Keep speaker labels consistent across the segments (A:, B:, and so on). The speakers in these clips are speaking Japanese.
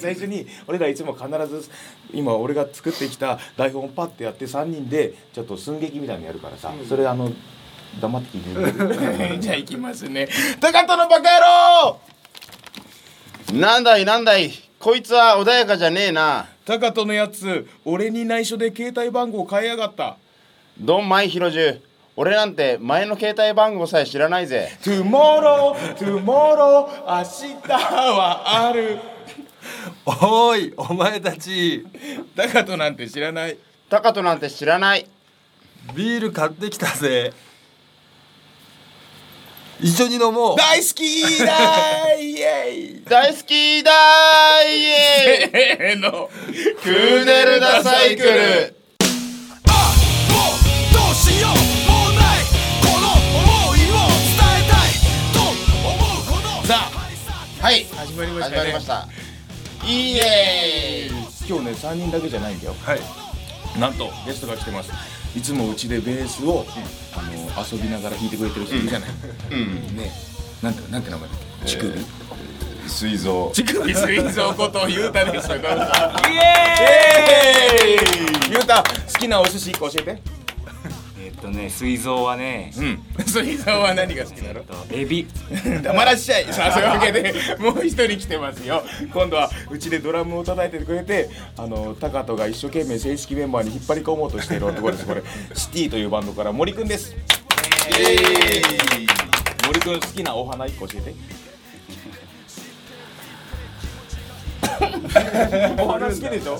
A: 最初に俺らいつも必ず今俺が作ってきた台本をパッてやって3人でちょっと寸劇みたいなのやるからさ、それあの黙って聞いてみ る
B: じゃあ行きますね。高田のバカ野郎
C: なんだいなんだいこいつは穏やかじゃねえな
B: 高田のやつ、俺に内緒で携帯番号変えやがった。
C: ドンマイヒロジュ俺なんて前の携帯番号さえ知らないぜ
A: Tomorrow, tomorrow, 明日はある
D: おーいお前たち
B: 高田なんて知らない。
C: タカトなんて知らない
D: ビール買ってきたぜ一緒に飲もう
B: 大好きだイエイ
C: 大好きだーイエーイ
B: せーの。
C: クーネルダサイクル
B: さ
C: はい
B: あ、始まりましたね。
C: 始まりましたイエ ーイ
A: 今日ね3人だけじゃないんだよ
D: はい
A: なんとゲストが来てますいつもうちでベースを、あの遊びながら弾いてくれてる人いるじゃない、ねなんてなんて名前だっけ乳首、
C: 水蔵
B: 乳首水蔵こと言うたでしょ。
A: えー、ゆうた好きなお寿司一個教えて
E: えっとね、水蔵はね、
B: 水蔵は何が好きなの
E: えっとエビ。
B: 黙らっしゃいさあそういうわけでもう一人来てますよ今度はうちでドラムを叩いてくれて
A: あのタカトが一生懸命正式メンバーに引っ張り込もうとしている男ですこれシティというバンドから森くんです森くん好きなお花一個教えて お花好きでしょ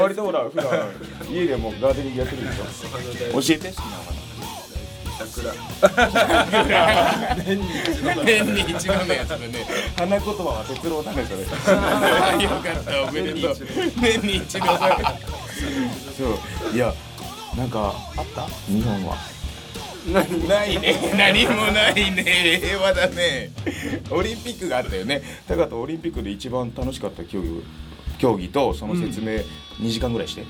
A: 割とほら普段家でもガーデニングやってるでしょ教えて好きなお花
B: 年に一度のやつだね
A: 花言葉は哲郎なんです よね
B: よかったおめでとう年に一度だ
A: そういやなんかあった日本は
B: ないね何もないね平和だねオリンピックがあったよね
A: だからオリンピックで一番楽しかった競技競技とその説明2時間ぐらいして、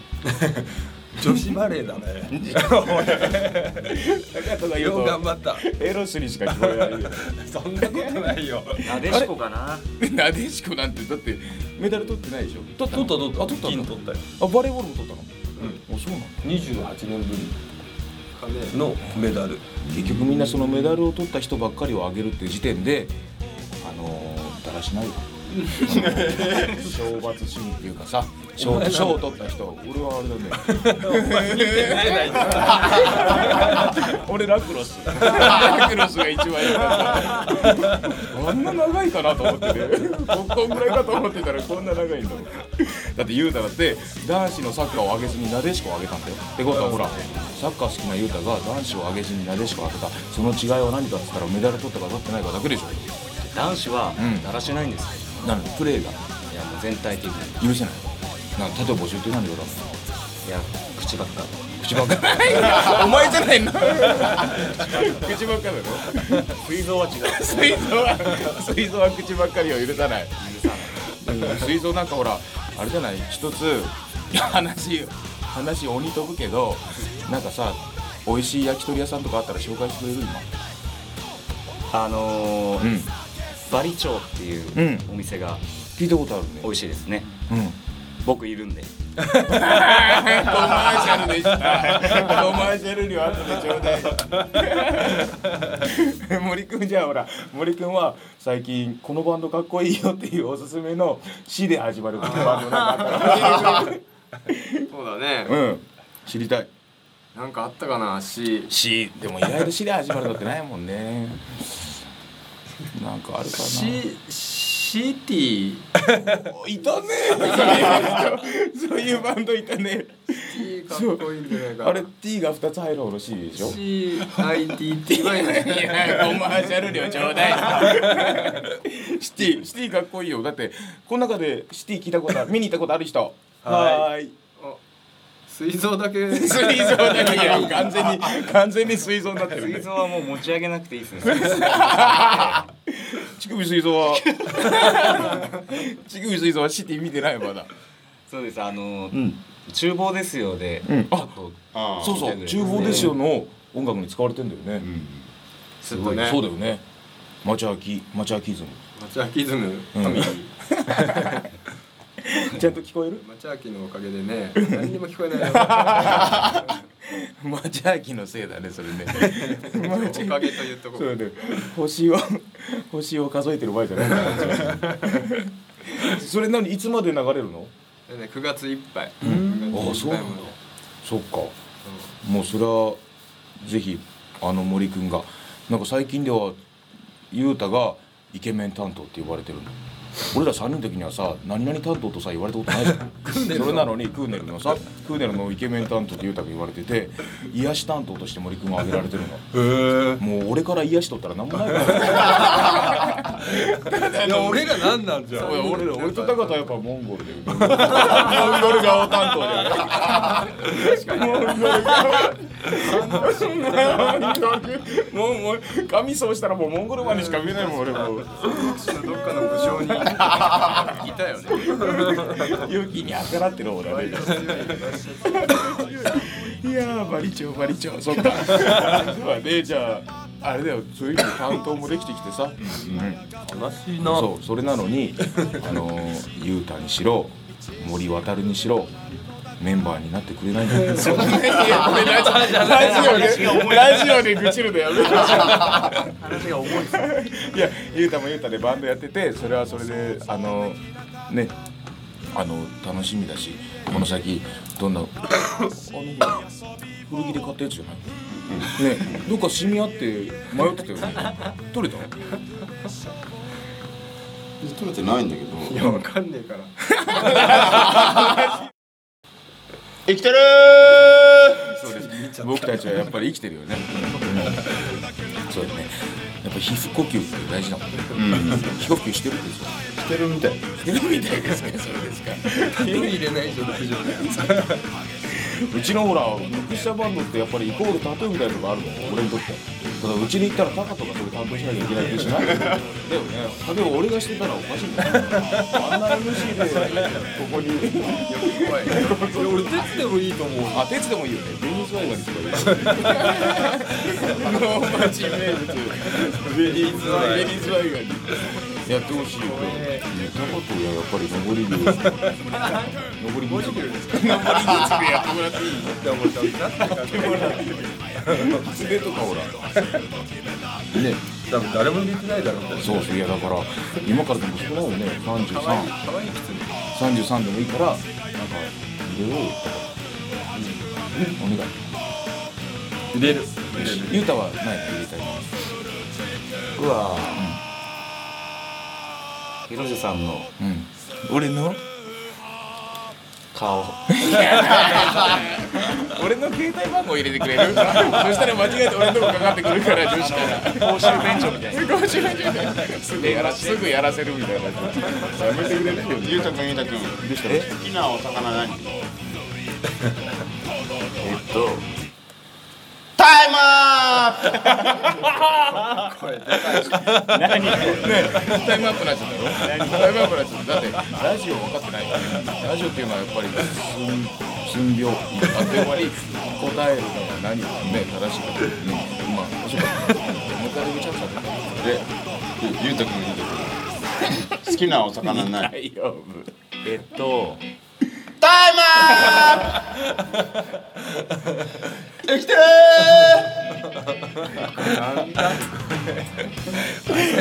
D: 女子バレーだね
A: 高藤が言う
D: よう
A: と
D: 頑張った
A: エロスにしか聞こえないよ
D: そんなことない よ
E: なでしこかな。
B: なでしこなんてだって
A: メダル取ってないでしょ
D: 取った取った
A: あ取った
D: 金取ったよ
A: あバレーボールも取ったのうん、あそうなの
D: 28年ぶりのメダル
A: 結局みんなそのメダルを取った人ばっかりをあげるっていう時点であのー、だら しないよあのー賞罰主義っていうかさ賞賞を取った人俺はあれだね
B: 俺ラクロスラクロスが一番良かったあんな長いかなと思っててここんぐらいかと思ってたらこんな長いんだもん
A: だって雄太だって男子のサッカーを上げずになでしこを上げたんだよってことはほらサッカー好きな雄太が男子を上げずになでしこを上げたその違いは何かっつったらメダル取ったか取ってないかだけでしょ
E: 男子は
A: ん
E: だらしないんです
A: な
E: よ。
A: のにプレーが
E: いやもう全体的に。
A: 許せないなんか例えば教えてなんでだろ
E: いや口ばっか。
A: 口ばっかり
B: お前じゃないの口ばっかだろ
E: 水蔵は違う。
B: 水槽は水槽は口ばっかりを許さない
A: うん水槽なんかほらあれじゃない一つ
B: 話
A: 話鬼飛ぶけどなんかさ美味しい焼き鳥屋さんとかあったら紹介してくれる
E: あのー
A: 今ん
E: バリ町っていうお店が
A: 聞いたことある
E: 美味しいですね。
A: ね
E: 僕いるんで。
B: コマーシャルでしたコマーシャルには後でちょうだい
A: うん 森くんじゃあほら森くんは最近このバンドかっこいいよっていうおすすめの「死」で始まるバンドなんかあったら
F: そうだね、
A: うん知りたい
F: なんかあったかなし
A: 「死」でも意外と「死」で始まるのってないもんねなんかあるかな
F: しシティ
B: いた ねそういうバンドいたね
F: かっこいいんじゃないかな
A: あれ T が2つ入る方の C でしょ
F: CITT はい
B: やコマーシャル料ちょうだい
A: シティシティかっこいいよだってこの中でシティ聞いたことある見に行ったことある人はーい
F: 水槽だけ
B: 水槽だけいや完全に完全に水槽になってるね
E: 水蔵はもう持ち上げなくていい ですね。
A: 乳首水槽は乳首水槽はシティ見てないまだ
E: そうです。あのー厨房ですよで。
A: あ
C: あ
A: そうそう「厨房ですよ」の音楽に使われてんだよね、
F: すごいね
A: そうだよねマチャアキマチャアキズム
F: マチャキズム、トミー
A: ちゃんと聞こえる
F: マチャーキのおかげで ね、何にも聞こえないよ。
G: マジャーキのせいだねそれね
F: おかげというとこ
A: そ
F: ろ。
A: うだね星を 星を数えてる場合じゃない それ何いつまで流れるの
F: でね、9月いっぱい。
G: ああそうなんだそっか、もうそれはぜひあの森くんがなんか最近では雄太がイケメン担当って呼ばれてるの俺ら3人の時にはさ何々担当とさ言われたことないじゃんそれなのにクーネルのさクーネルのイケメン担当って雄太が言われてて癒し担当として森くんが挙げられてるのもう俺から癒しとったら何もない から
D: いや俺らなんなんじゃん
G: いや俺ら俺と高田はやっぱモンゴルで モンゴル顔担当だよね
A: もうもう神そうしたらもうモンゴルマンにしか見えないもん俺もう
F: どっかの武将にいたよね。
A: 勇気にあからってる俺はねいやーバリ長バリ長そっかまあねじゃああれだよそういう意味で担当もできてきてさ
D: 悲しいな
G: そうそれなのにあのー雄太にしろ森渉にしろメンバーになってくれないんだよ
A: ラジオでラジオで愚痴るのやめろ
D: 話が重い
A: いやゆうたもゆうたでバンドやっててそれはそれであのね
G: あの楽しみだしこの先どんなあの古着で買ったやつじゃないねどっか染み合って迷ってたよね取れた
C: 取れてないんだけど
F: いや、わかんねえから。
C: 生きてる
G: 僕たちはやっぱり生きてるよねそうだねやっぱ皮膚呼吸って大事だもんね、皮膚呼吸してるんですよ
C: ーしてるみたい
G: してるみたいですねそれですか
F: 手に入れない状態じゃない。
G: うちのほらミスターバンドってやっぱりイコールタトゥーみたいなのがあるの俺にとってただうちに行ったらタカとかそれ担当しなきゃいけない気しないだよね例えば俺がしてたらおかしいんだよ あんな MC でここに
D: 俺鉄でもいいと思う
G: あ鉄でもいいよねベニズワイガニと かいいよねローマ人名物ベニズワイガニやってほしいよねタカとややっぱり上り流上り流
D: ね多分誰も見てないだろう
G: そうそういやだから今からでもそこだよね3333でもいいからなんか入れようお願い
D: 入れる
G: ゆうたはないの入れたいの
E: 僕は、広瀬さんの
G: うん俺の
E: 顔
A: 俺の携帯番号入れてくれる そしたら間違えて俺のとこかかってくるから女子から公衆便所みたいな公衆便所みたいなすぐやらすぐやらせるみたいな感じやめてくれないよ
C: ゆうたくんゆうたくん好きなお魚何
E: えっと
C: タイムアップ
A: タイムアップになっちゃったよタイムアップになっちゃっただってラジオ分かってないよラジオっていうのはやっぱり
G: 寸秒
A: あっという間に答えるのは何をね正しいか
G: うんまあそうかもう一回見ちゃったね
C: ゆうたくんゆうたくん好きなお魚何
E: えっと
C: タイムア ップ生きてる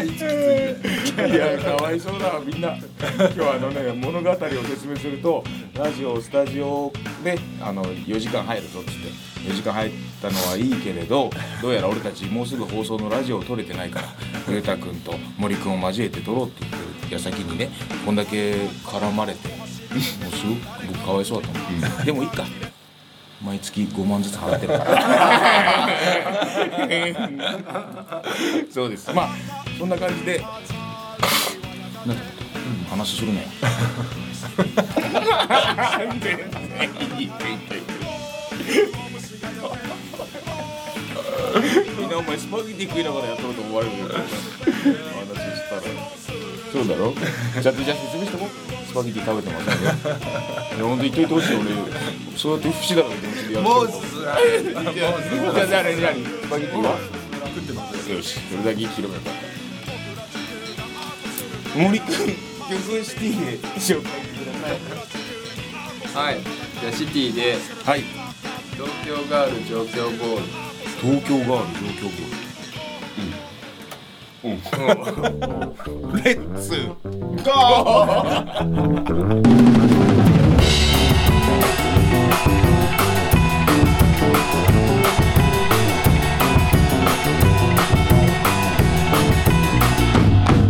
A: いやかわいそうだわみんな今日はあのね物語を説明するとラジオスタジオであの4時間入るぞっつって4時間入ったのはいいけれどどうやら俺たちもうすぐ放送のラジオを撮れてないから古田君と森君を交えて撮ろうって言ってる矢先にねこんだけ絡まれてもうすごく僕かわいそうだと思って、でもいいか毎月5万ずつ払ってるからそうですまあそんな感じで
G: 話するね
A: みんなお前スパゲティ食いながらやっとると思われるよ話したらそうだろちゃんとじゃあ説明してこうスパゲティ食べてますんでいやほんと言っといてほしい俺そうやって不死だらけで気持ちでやってるもうすらいやじゃあじゃあ何何スパゲティは食ってますよしそれだけ生きればよかった森君曲シティで紹介してください
F: はいじゃあシティで
G: はい
F: 東京ガール上京ボール
G: 東京ガール上京部レッツ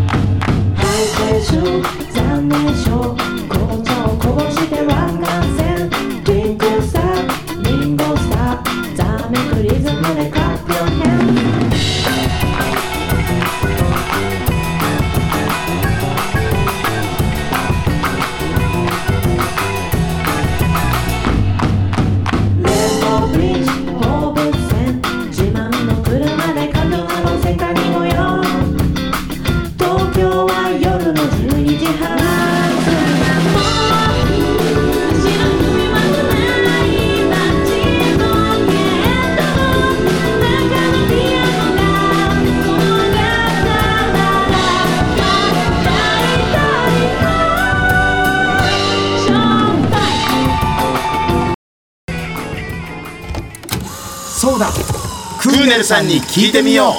H: でしょ残念でしょ紅茶をこぼして湾岸線リンゴスターリンゴスターざめくリズムでカップよ変レンボーブリッジ放物線自慢の車でカドワの世界のよ東京は夜の12時半白首はない街のゲート中のピアノが物語ら大大大大
I: そうだク
C: ーネルさんに聞いてみよ
I: う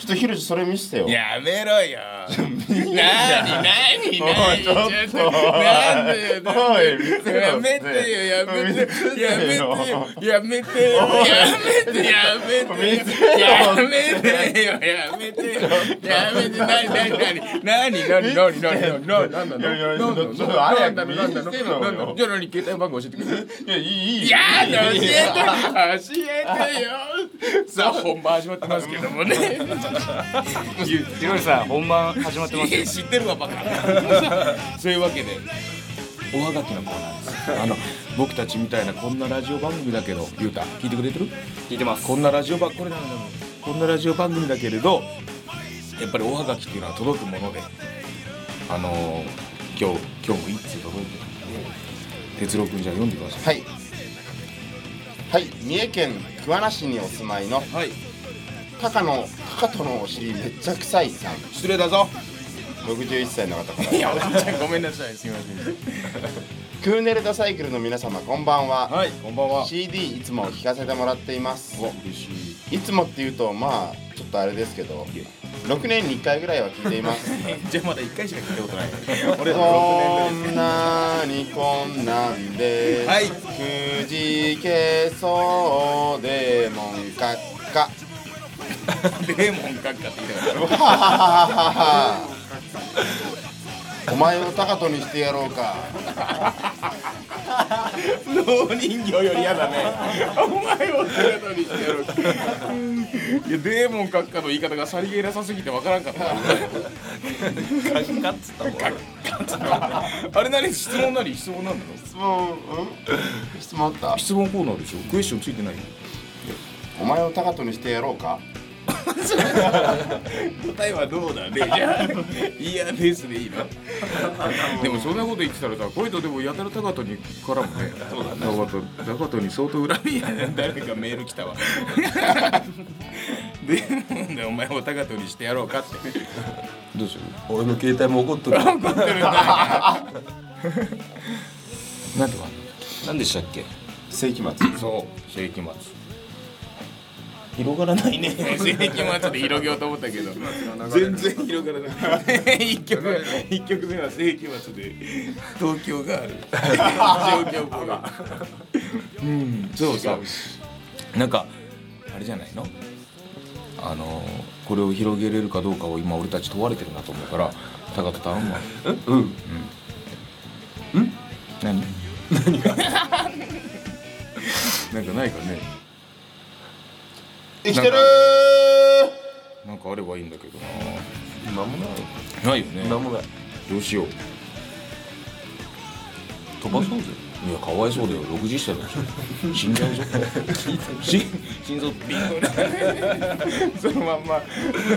C: ちょっとヒロシそれ見せてよ
A: やめろよ。
C: おいちょっとおい見せろ
A: やめてよ、やめてよ、やめてよ、やめてよ、やめてよ、やめてよ。
C: 見せ
A: や
C: ろ
A: めてよ、やめてよ、やめて、なになになに、なになになになになに、なんなの、なんなの、なんなの、なんなの、なん
C: いやいや
A: な
C: ちょっと早く見せろよ
A: の、なんなの、じゃあ何携帯番号教えてくれる。
C: いやいいいい
A: いやだ、教えて、教えてよ。さあ、本番始まってますけど もね。
E: ひろりさん本番始まってますよ
A: 知ってる わ、バカ。そういうわけで。
G: おはがきのコーナーですあの僕たちみたいなこんなラジオ番組だけどゆうた聞いてくれてる
E: 聞いてます
G: こんなラジオ番これなんだろうこんなラジオ番組だけれどやっぱりおはがきっていうのは届くものであのー、今日今日も一通届いてる哲郎君じゃあ読んでください
C: はい。はい、三重県桑名市にお住まいの。
G: はい
C: 高野、高とのお尻めっちゃ臭いさん。
G: 失礼だぞ
C: 61歳の方から。
A: いや、おじいちゃん、 ごめんなさい、すみません。
C: クーネルダサイクルの皆様、こんばんは。
A: はい、こんばんは。
C: CD いつも聞かせてもらっています。
A: 嬉しい。
C: いつもっていうと、まあ、ちょっとあれですけど。6年に1回ぐらいは聞いています。
A: じゃあまだ一回しか聞いたこと ない。俺
C: こんなにこんなんで、くじけそうでもんかっか。
A: レモンかっかって言い ながら。
C: お前をタカトにしてやろうか
A: 老人形より嫌だね。お前を姿にしてやろう。いやデーモン閣下の言い方がさりげなさすぎてわからんかった。 閣下っつったもん。あれ何質問なり質問なんだろ
C: 質問、質問あった
A: 質問コーナーでしょ。クエスチョンついてないよ。
C: お前をタカトにしてやろうか
A: 答えはどうだね。じゃあいやですでいい な。でもそんなこと言ってたらさ、こういうとでもやたら高トにからもね。そうだね。高ト高トに相当恨みやね。誰かメール来たわ。 で、なんだお前を高トにしてやろうかって。
G: どうする
D: 俺の携帯も怒っとる
G: なんてか
E: 何でしたっけ
C: 世紀末
A: そう、世紀
G: 広がらない ね
A: 末。世紀末で広げようと思ったけど、全然広がら ない。一曲目、一曲目は世紀末で東京がある。状況こが。
G: そうさなんかあれじゃないのあのこれを広げれるかどうかを今俺たち問われてるなと思うから高田頼むわ
D: うんうん
G: 何何が なんかないかね
C: 生きてる
G: なんかあればいいんだけど
D: 何もない
G: なないよね
D: 何もない
G: どうしよう
D: 飛ばそうぜ
G: いやかわいそうだよ60歳だよ 死んじゃうぞし心臓ビン
A: そのまんま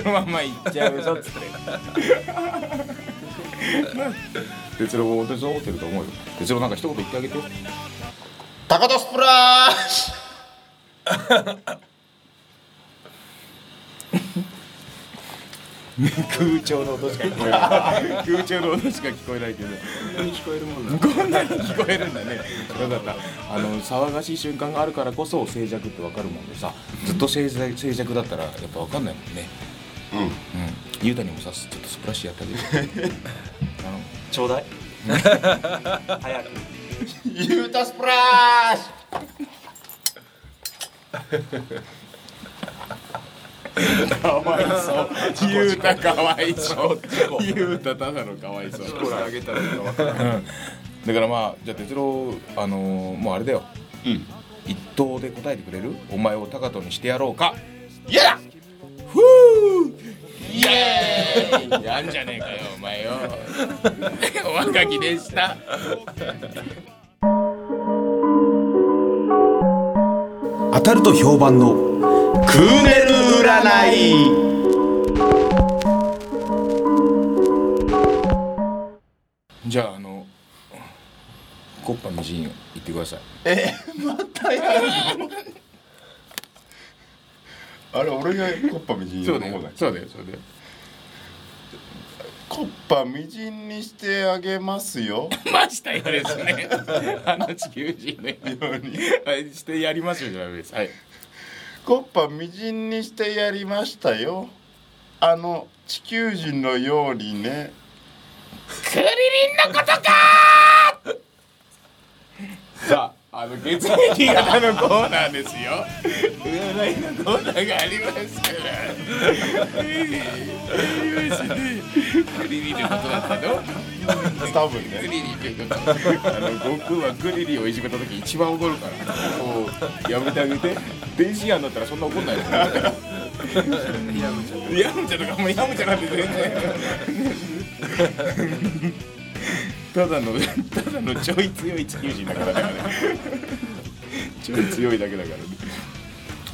A: そのまんま行っちゃう ぞっつって
G: 哲郎も本当にそう思ってると思うよ哲郎なんか一言言ってあげてよ
C: タカトスプラッシ
G: う
A: 空調の音しか聞こえない空調の音しか聞こえないけどこんなに聞こえるんだねよかったあの騒がしい瞬間があるからこそ静寂ってわかるもんでさずっと静寂静寂だったらやっぱわかんないもんねうん、うん、ゆうたにもさちょっとスプラッシュやってあげるあの
E: ちょうだい早く
C: ユータスプラッシ
A: ゆうたかわいそうゆうたただのかわいそう
F: これあげたら
A: だからまあじゃあ哲郎あのーもうあれだよ、一投で答えてくれるお前を高人にしてやろうか
C: ュイエ
A: ふう
C: ーイエーイ
A: やんじゃねえかよお前よ お若きでした
I: 当たると評判の
C: クーネル占い
A: じゃああのコッパみじんを言ってください
C: えまたやるのあれ俺がコッパみじんの方だ
A: そうだよそうだよ
C: コッパみじんにしてあげますよ
A: ましたよですねあの地球人のようにはいしてやりますよじゃないですはい
C: コッパみじんにしてやりましたよあの地球人のようにね
A: さあ、あの月曜型のコーナーですよ。 占いのコーナーがありますから。いいですね クリリのことだったの。
C: 多分
A: クリリ
C: ね
A: ということ。あの悟空はクリリをいじめた時一番怒るから。やめてあげて。電子案だったらそんな怒んないよ。ヤムチャとかもうヤムチャなんて全然。ただのただのちょい強い地球人だからだからね。ちょい強いだけだからね。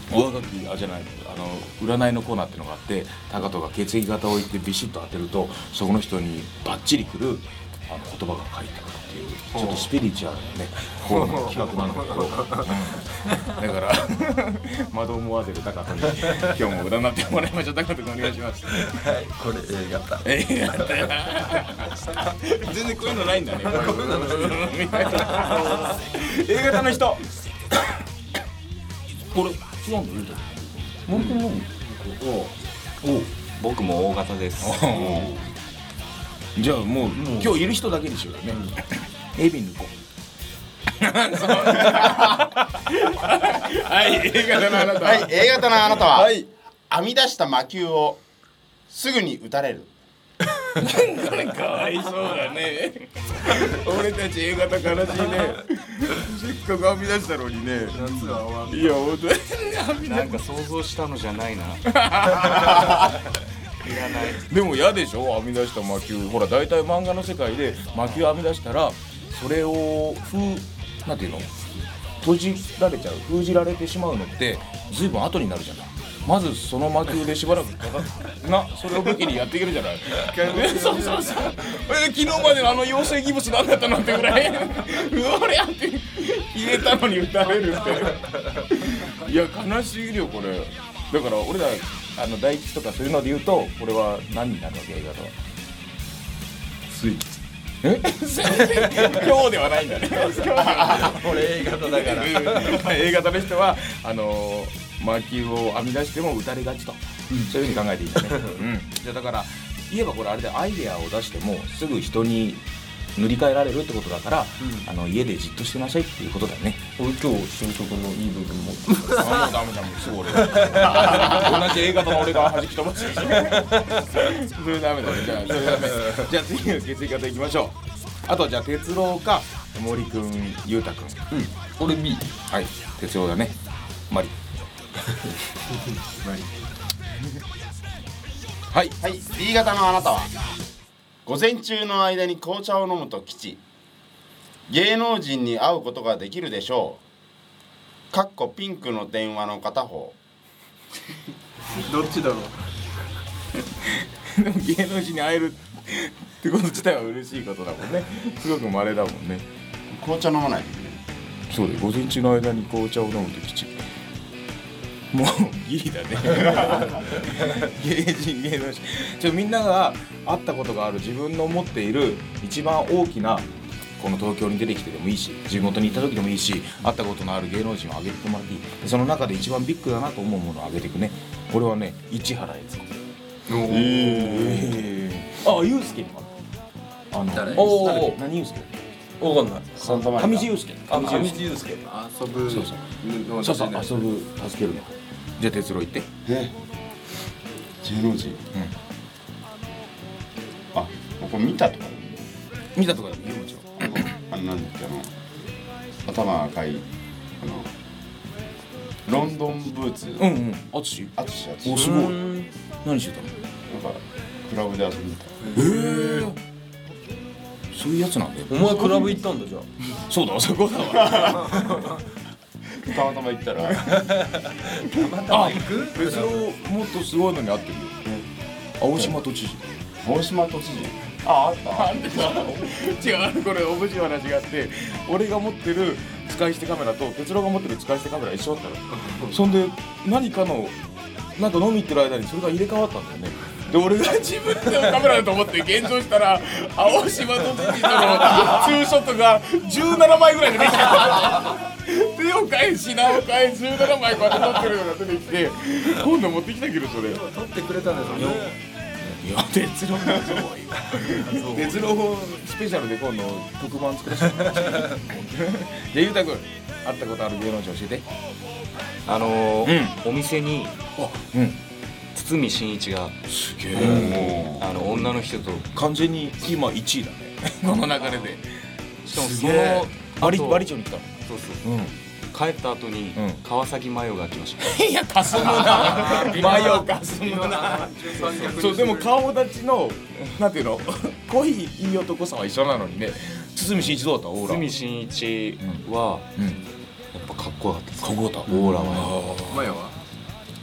A: お若きあじゃないあの占いのコーナーってのがあって高人が血液型を言ってビシッと当てるとそこの人にバッチリくるあの言葉が書いてあるっていうちょっとスピリチュアルなねこういう企画なんだけど、うんだから窓思わせる高人に今日も占ってもらいましょう 高人君お願いします。
D: はいこれ A 型
A: ええやったよ全然こういうのないん だね。こういうのない A 型の人。これ違うんだよ。本当に何？
E: 僕も大型です
A: じゃあもう今日いる人だけにしようよね。エビ抜こう。はい、A 型のあなた。
C: はい A 型のあなたは、
A: はい
C: 編み出した魔球をすぐに打たれる
A: かわいそうだね俺たち A 型悲しい ねせっかく編み出したのにね夏は終わいや本当に編み出
E: なんか想像したのじゃないな
A: でも嫌でしょ編み出した魔球ほら大体漫画の世界で魔球編み出したらそれを封なんていうの閉じられちゃう封じられてしまうのって随分後になるじゃないまずその魔球でしばらくかかるなそれを武器にやっていけるじゃないねそうそうそうえ昨日までのあの妖精ギブス何だったのってぐらいうわれやって入れたのに打たれるっていや悲しいよこれだから俺らあの大吉とかそういうので言うとこれは何になるわけ映画とは
D: スイッチ
A: え今日ではないんだ ね今日ではない
D: これ A 型だから
A: うん A 型の人はあのー、魔球を編み出しても打たれがちと、そう いうふうに考えていいんだね、じゃあだから言えばこれあれでアイデアを出してもすぐ人に塗り替えられるってことだから、あの家でじっとしてなさいっていうことだよね
D: 俺今日新色のいい部分も
A: あもうダメダメすぐ俺 同じ A 型の俺が弾き飛ばすそれダメだねじゃあそれダメじゃあ次の血液型いきましょうあとはじゃあ哲郎か森くん裕太くん
D: 俺 B
A: はい、哲郎だね。マリ。マ リ。はい、
C: はい B 型のあなたは午前中の間に紅茶を飲むと吉芸能人に会うことができるでしょうかっこピンクの電話の片方
F: どっちだろう
A: でも芸能人に会える ってこと自体は嬉しいことだもんね。すごく稀だもんね。
C: 紅茶飲まない
A: そうだよ、午前中の間に紅茶を飲むと吉。もうギリだね芸人芸能人ちょみんなが会ったことがある自分の持っている一番大きなこの東京に出てきてでもいいし地元に行った時でもいいし会ったことのある芸能人を挙げてもらっていいでその中で一番ビッグだなと思うものを挙げていくね俺はね市原悦子えーあユースケにもあるあ
D: 誰
A: のおお何ユースケ
D: わかんない
A: 上地ユースケ
D: あ
A: 上地ユースケ
D: 祐介
J: 遊ぶ
A: そうそう
J: の
A: そうそう遊ぶ助けるのじゃあ哲郎行って
C: え芸能人あこれ見たとか
A: 見たとかでもいいよもちろん
C: あのなんだっけあの頭赤いあのロンドンブーツ
A: うんうん。あつし。
C: あつしあつし
A: おすごい。何してたの？
C: なんかクラブで遊んでた
A: ええそういうやつなんだよ。
D: お前クラブ行ったんだじゃあ
A: そうだそこだわ。
C: たまたま行ったら
A: あ、別のもっとすごいのにあってるよ。青島都知事。
C: 大島都知事ああった
A: 違うあのこれ面白い話があって、俺が持ってる使い捨てカメラと哲郎が持ってる使い捨てカメラ一緒だったの。そんで何かのなんか飲み行ってる間にそれが入れ替わったんだよね。で俺が自分のカメラだと思って現像したら青島都知事の
K: ツーショットが17枚ぐらい出てきて手を変え品を変え17枚こうやって撮ってるのが出てきて今度持ってきたけどそれ
D: 撮ってくれたんですよ
A: いや哲郎がすごいよ
K: 鉄郎スペシャルで今度特番作らせてもらうじゃあ裕太君
A: 会ったことある芸能人教えて
E: あのーお店に
A: うん
E: 堤真一が
A: すげえ
E: あの女の人と
A: 完全に今1位だね この流れで
E: しかも
A: す
E: そ
A: げえ
E: の
A: バリ
E: あと
A: バリ町に来たの
E: そうそう
A: うん
E: 帰った後に
A: うん
E: 川崎麻世が来ました
A: いやかすむ なマヨかすむなそうでも顔立ちのなんていうの 濃いいい男さは一緒なのにね堤真一どうだったオーラ
E: 堤真一は
A: うん
E: やっぱかっこよかったです
A: かっこよかったオーラは
J: マヤは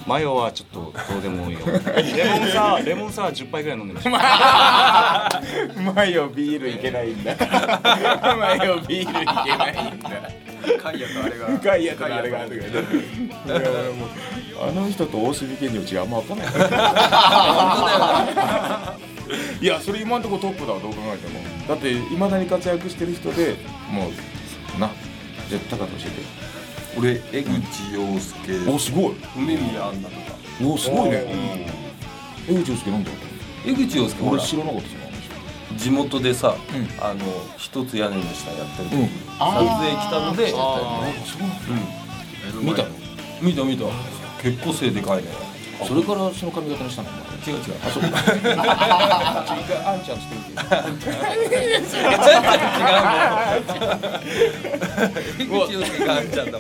E: マヨはちょっとどうで もいいよレモンサワーレモンサワー10杯ぐらい飲んでました
A: うまいよビールいけないんだうまいよビールいけないんだ
J: カイヤとあれが
A: 深いやつのあれがあるからねいや俺もうあの人と大杉健の違いあんま分かんないいやそれ今んとこトップだわどう考えてもだっていまだに活躍してる人でもうな絶対かと教え
J: 俺江口洋介
A: ておすごい
J: 梅宮アンナとか
A: おすごいね江口洋介なんだろ
D: 江口洋介
A: う
D: ほ
A: 俺
D: ら
A: 知らなかったその話
D: 地元でさ、
A: ん
D: あの一つ屋根の下やってる時、
A: うん
D: 撮影来たので
A: 見たの
D: 見た見た結構背でかいね
A: それからその髪型にしたの
D: 違う違う
A: あそう一回あんちゃんつってみて
D: 江口洋介があんちゃんだ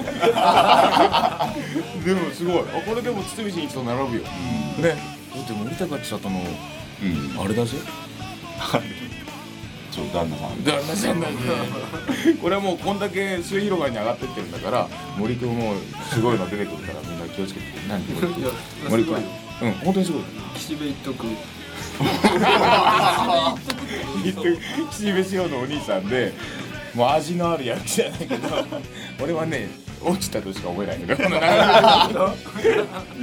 D: もん
A: でもすごいあこれでも堤真一と並ぶよ、ねだって森高千里の
C: うん
A: あれだぜ
C: そう旦那さん
A: 旦那さんだぜこれはもうこんだけ末広がりに上がってってるんだから森君もすごいの出てくるからみんな気をつけて何て言う
J: いや
A: の森君うん本当にすごい
J: 岸辺一徳
A: 岸辺四郎のお兄さんでもう味のある役者だけど俺はね落ちたとしか思えないんだけど何だったのどん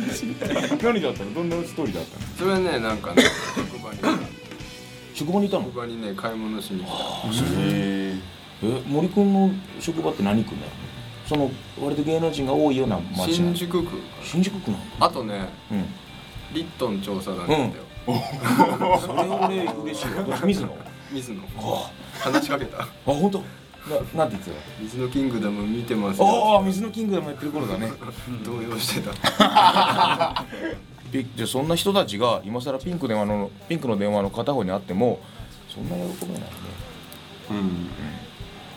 A: なストーリーだったの
J: それはねなんかね職場に
A: 職場にいたの
J: 職場にね買い物しに来た
A: え森君の職場って何区だよその割と芸能人が多いような町な
J: 新
A: の
J: 宿区
A: 新宿区なの
J: あとね
A: うん
J: リットン調査団なんだよ
A: それ俺嬉しいわどっち水野
J: 水野
A: あ
J: 話しかけた
A: あ本当ななんて言ってた
J: 水のキングダム見てます
A: あ
J: よ
A: あ水のキングダムやってる頃だね
J: 動揺してた
A: ピじゃあそんな人たちが今更ピンク電話のピンクの電話の片方にあってもそんな喜べないね
J: うん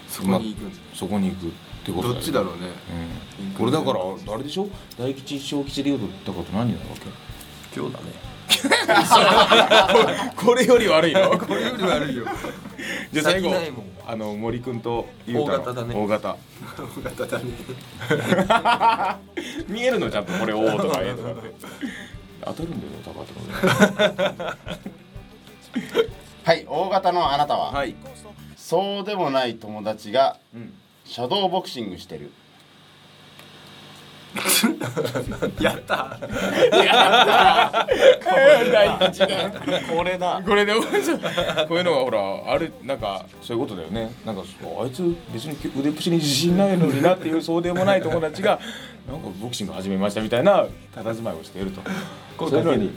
J: そこに行くんです
A: そこに行くってことだよ
J: どっちだろうね
A: うんこれだからあれでしょ大吉小吉で言うとだから何になるわけ
D: 今日だね
A: これより悪いよ
J: これより悪 いよ
A: じゃあ最後
D: 先ないもん
A: あの森君とゆうたの
D: 大型だね
A: 大型
J: 大型だね
A: 見えるのちゃんとこれ「おお」とか「え」と かって当たるんだよね高とか
C: はい大型のあなたは、
A: はい
C: そうでもない友達が
A: うん
C: シャドーボクシングしてる
F: やった
E: これだ
A: これでこういうのがほらあるなんかそういうことだよねなんかそうあいつ別に腕っぷしに自信ないのになっていうそうでもない友達がなんかボクシング始めましたみたいな佇まいをしているとそういうのに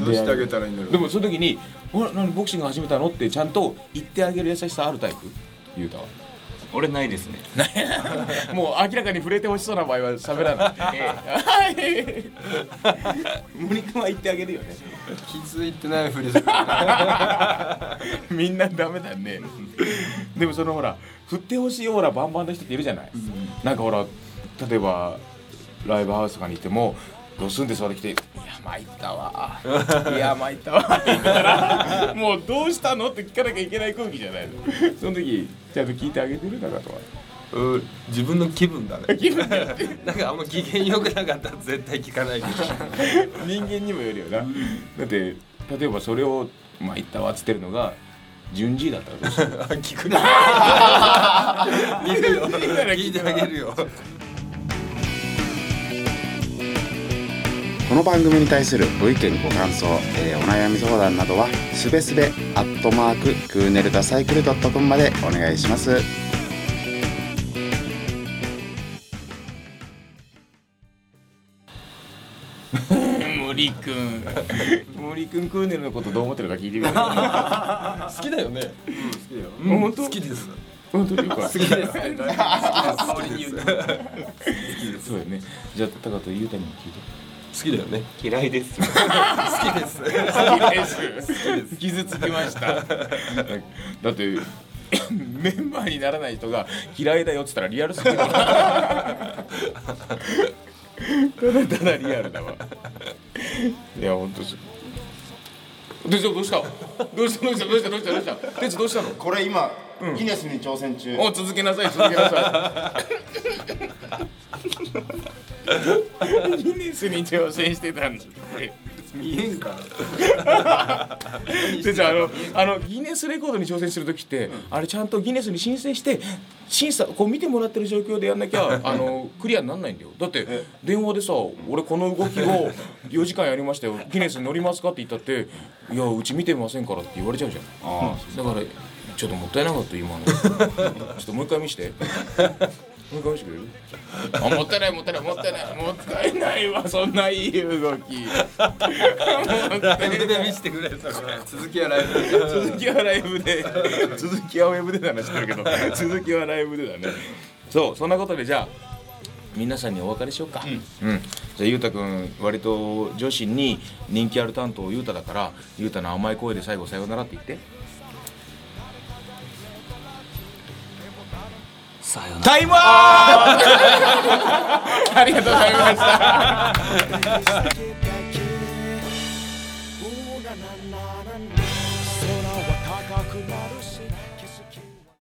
F: どうしてあげたらいいんだろう
A: でもその時に「ほら何ボクシング始めたの?」ってちゃんと言ってあげる優しさあるタイプゆうたは
E: 俺ないですね
A: もう明らかに触れてほしそうな場合は喋らない はい 森君は言ってあげるよね
F: 気づいてないふりする
A: みんなダメだねでもそのほら振ってほしいオーラバンバンの人っているじゃない、なんかほら例えばライブハウスとかにいてもドスンで座ってきて「いや参っ たわいや参ったわ」って言ったらもう「どうしたの?」って聞かなきゃいけない空気じゃないのその時ちゃんと聞いてあげてるかなとは
D: うん自分の気分だ ね気分なんかあんま機嫌良くなかったら絶対聞かないけ ど
A: 人間にもよるよな、だって例えばそれを「参ったわ」っつってるのが順次だったらどうする
D: あ聞くな見るよ聞いてあげるよ
L: この番組に対するご意見ご感想、えーお悩み相談などはすべすべアットマーククーネルダサイクルドットコムまでお願いします
A: 森くん 森くんクーネルのことどう思ってるか聞いてみよ う
D: 好きだよね
A: 本当
D: 好きです
A: 本当によくわかんない
D: 香りに言う好
A: そうだよねじゃあ高とゆうたにも聞いて
D: きだよね
E: 嫌いです
D: 好きです
A: 傷つきま しただって メンバーにならない人が嫌いだよっつったらリアルすぎるわただただリアルだわいや本当そうどうしたどうしたどうしたどうしたどうしたどうしたどうしたてつどうしたの
C: これ今、ギネスに挑戦中
A: お続けなさい続けなさ いギネスに挑戦してたんだ
F: 見えんから
A: でじゃああのあのギネスレコードに挑戦する時って、あれちゃんとギネスに申請して審査こう見てもらってる状況でやんなきゃ あのクリアにならないんだよだって電話でさ「俺この動きを4時間やりましたよギネスに乗りますか?」って言ったって「いやうち見てませんから」って言われちゃうじゃんだからちょっともったいなかった 今のちょっともう一回見して もう一回見してくれるあもったいないもったいないもったいないもったいないわそんないい動き
D: ライブで見せてくれたから
F: 続きはライブ
A: 続きはライブで 続きはウェブでだな知ってるけ ど続きはライブでだねそうそんなことでじゃあ皆さんにお別れしようか、うんじゃあゆうたくん割と女子に人気ある担当ゆうただからゆうたの甘い声で最後さようならって言って
E: さよなら
A: タイム アップありがとうございまし
H: 「
A: た